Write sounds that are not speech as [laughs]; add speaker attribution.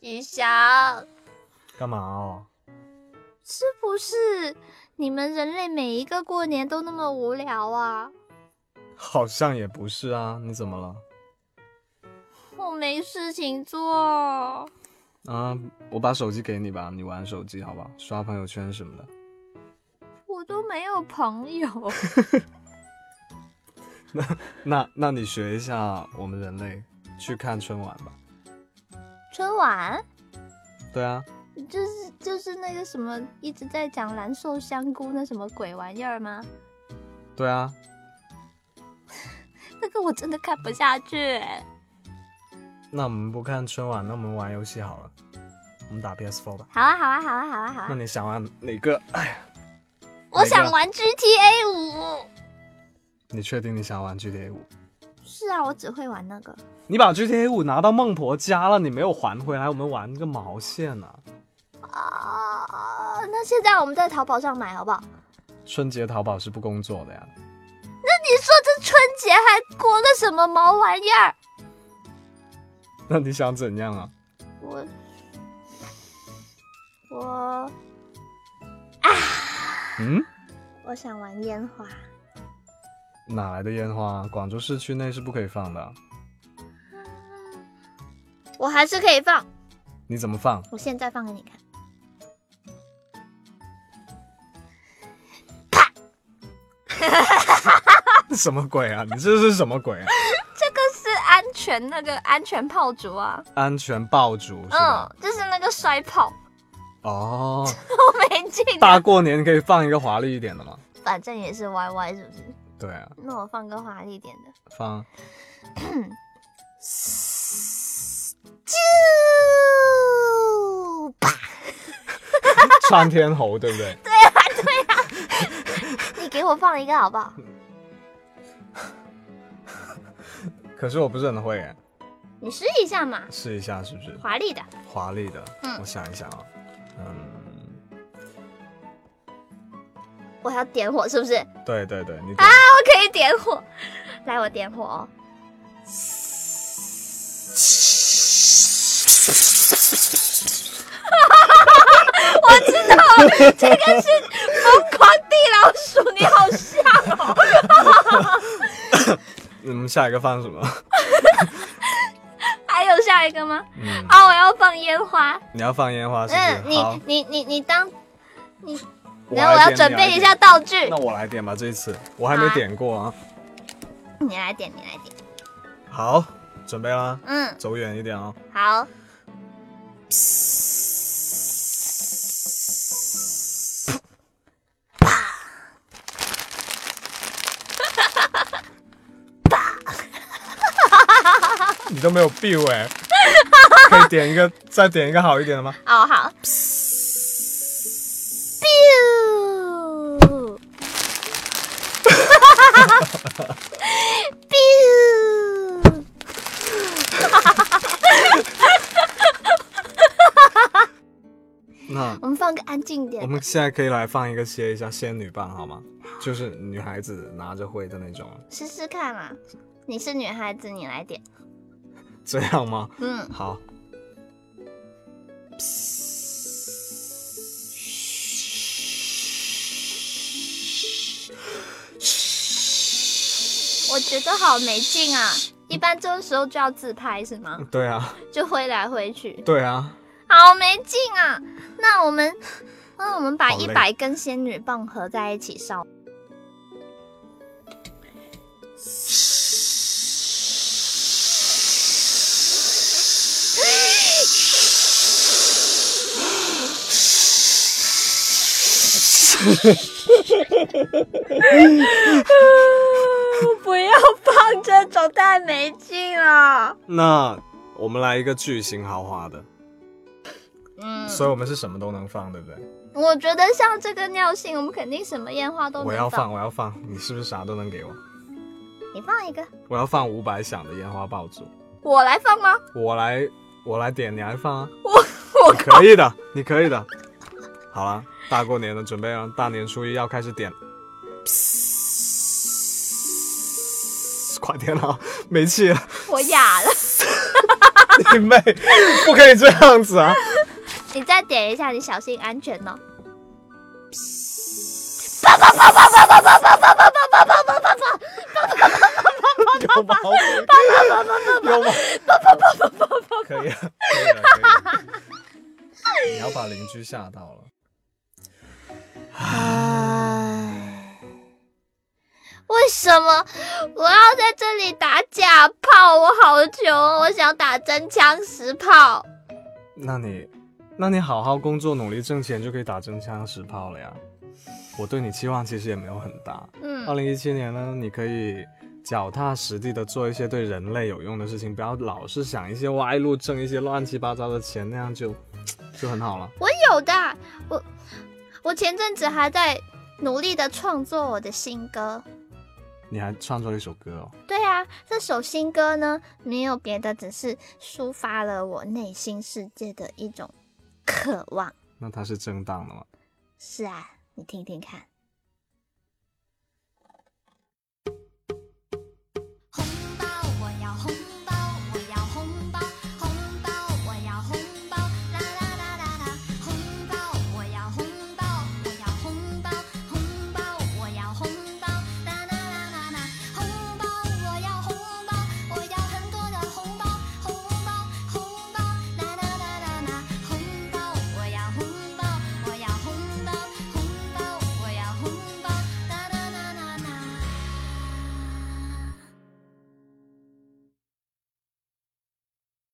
Speaker 1: 吉祥，
Speaker 2: 干嘛哦？
Speaker 1: 是不是你们人类每一个过年都那么无聊啊？
Speaker 2: 好像也不是啊，你怎么了？
Speaker 1: 我没事情做。
Speaker 2: 啊，我把手机给你吧，你玩手机好不好？刷朋友圈什么的。
Speaker 1: 我都没有朋友，
Speaker 2: 那那那你学一下我们人类去看春晚吧。
Speaker 1: 春晚
Speaker 2: 对啊，
Speaker 1: 就是就是那个什么一直在讲蓝瘦香菇那什么鬼玩意儿吗？
Speaker 2: 对啊，
Speaker 1: 那个我真的看不下去、哎
Speaker 2: 那我们不看春晚，那我们玩游戏好了。我们打 PS4 吧。
Speaker 1: 好啊好啊好啊好啊好
Speaker 2: 那
Speaker 1: 啊！
Speaker 2: 你想玩哪个？ [laughs] 哎呀，
Speaker 1: 我想玩 GTA 五。
Speaker 2: 你确定你想玩 GTA 五？
Speaker 1: 是啊，我只会玩那个。
Speaker 2: 你把 GTA 五拿到孟婆家了，你没有还回来，我们玩个毛线啊！
Speaker 1: 啊，那现在我们在淘宝上买好不好？
Speaker 2: 春节淘宝是不工作的呀。
Speaker 1: 你说这春节还过个什么毛玩意儿？
Speaker 2: 那你想怎样啊？
Speaker 1: 我我
Speaker 2: 嗯，
Speaker 1: 我想玩烟花，
Speaker 2: 哪来的烟花？广州市区内是不可以放的。
Speaker 1: 我还是可以放，
Speaker 2: 你怎么放？ [laughs]
Speaker 1: 我现在放给你看。
Speaker 2: 什么鬼啊？你这是什么
Speaker 1: [laughs]
Speaker 2: 鬼啊？
Speaker 1: 这个是安全那个安全炮竹啊，
Speaker 2: 安全爆竹是吧？
Speaker 1: 嗯，就是那个摔炮，
Speaker 2: 哦， [laughs]
Speaker 1: 我没劲啊、
Speaker 2: 大过年可以放一个华丽一点的吗？
Speaker 1: 反正也是 YY 是不是？
Speaker 2: 对啊，
Speaker 1: 那我放个华丽点的，
Speaker 2: 放 [laughs]
Speaker 1: 就啪！
Speaker 2: 窜天猴，对
Speaker 1: [laughs]
Speaker 2: 不对？
Speaker 1: 你给我放一个好不好？
Speaker 2: 可是我不是很会耶，
Speaker 1: 你试一下嘛，
Speaker 2: 试一下是不是？
Speaker 1: 华丽的。
Speaker 2: 华丽的，
Speaker 1: 嗯
Speaker 2: 我想一想啊，嗯，
Speaker 1: 我要点火是不是？我
Speaker 2: 对对对，
Speaker 1: 啊 [laughs]
Speaker 2: 你
Speaker 1: 可以点火，来我点火哦。 [laughs] 我知道了，这个是疯狂地老鼠，你好像哦。
Speaker 2: 我们下一个放什么？ [laughs]
Speaker 1: 还有下一个吗？
Speaker 2: 嗯，
Speaker 1: 啊，我要放烟花。
Speaker 2: 你要放烟花是
Speaker 1: 嗯，
Speaker 2: 不是？好
Speaker 1: 你，你你你当，然
Speaker 2: 来
Speaker 1: 后我要
Speaker 2: 点
Speaker 1: 准备一。下道具
Speaker 2: 你来点。那我来点吧，这一次我还没点过啊。
Speaker 1: 你来点，你来点。
Speaker 2: 好，准备啦，
Speaker 1: 嗯，
Speaker 2: 走远一点啊。
Speaker 1: 好。
Speaker 2: 你都没有 b [laughs] 哎，可以点一个，再点一个好一点的吗？
Speaker 1: 哦，好。biu biu，
Speaker 2: 那
Speaker 1: 我们放个安静
Speaker 2: 我
Speaker 1: 点。
Speaker 2: 们现在可以来放一个歇一下仙女棒好吗？就是女孩子拿着会的那种，
Speaker 1: 试试看嘛。你是女孩子，你来点。
Speaker 2: 这样吗？
Speaker 1: 嗯，
Speaker 2: 好，
Speaker 1: 我觉得好没劲啊。一般这个时候就要自拍是吗？
Speaker 2: 对啊，
Speaker 1: 就挥来挥去，
Speaker 2: 对啊，
Speaker 1: 好没劲啊。那我们，那我们把
Speaker 2: 好累
Speaker 1: 一百根仙女棒合在一起烧。 [laughs] 不要放这种，太没劲了。
Speaker 2: 那我们来一个巨型豪华的，
Speaker 1: 嗯，
Speaker 2: 所以我们是什么都能放，对不对？
Speaker 1: 我觉得像这个尿性，我们肯定什么烟花都能
Speaker 2: 我要放，我要放，你是不是啥都能给我？
Speaker 1: 你放一个，
Speaker 2: 我要放五百响的烟花爆竹，
Speaker 1: 我来放吗？
Speaker 2: 我来，我来点，你来放啊，
Speaker 1: [laughs] 我
Speaker 2: 你可以的，你可以的。好了，大过年的准备啊，大年初一要开始点，快点了啊，没气了。
Speaker 1: 我哑了。
Speaker 2: 你妹，不可以这样子啊！
Speaker 1: [laughs] 你再点一下，你小心安全哦。
Speaker 2: 有毛病，有毛病，可以了，可以了，可以了。你要把邻居吓到了。
Speaker 1: 唉，为什么我要在这里打假炮？我好穷，哦我想打真枪实炮。
Speaker 2: 那你，那你好好工作，努力挣钱，就可以打真枪实炮了呀。我对你期望其实也没有很大。二
Speaker 1: 嗯，
Speaker 2: 零一七年呢，你可以脚踏实地的做一些对人类有用的事情，不要老是想一些歪路，挣一些乱七八糟的钱，那样就就很好了。
Speaker 1: 我有的，啊我我前阵子还在努力的创作我的新歌。
Speaker 2: 你还创作了一首歌哦，
Speaker 1: 对啊，这首新歌呢，没有别的，只是抒发了我内心世界的一种渴望。
Speaker 2: 那它是正当的吗？
Speaker 1: 是啊，你听听看。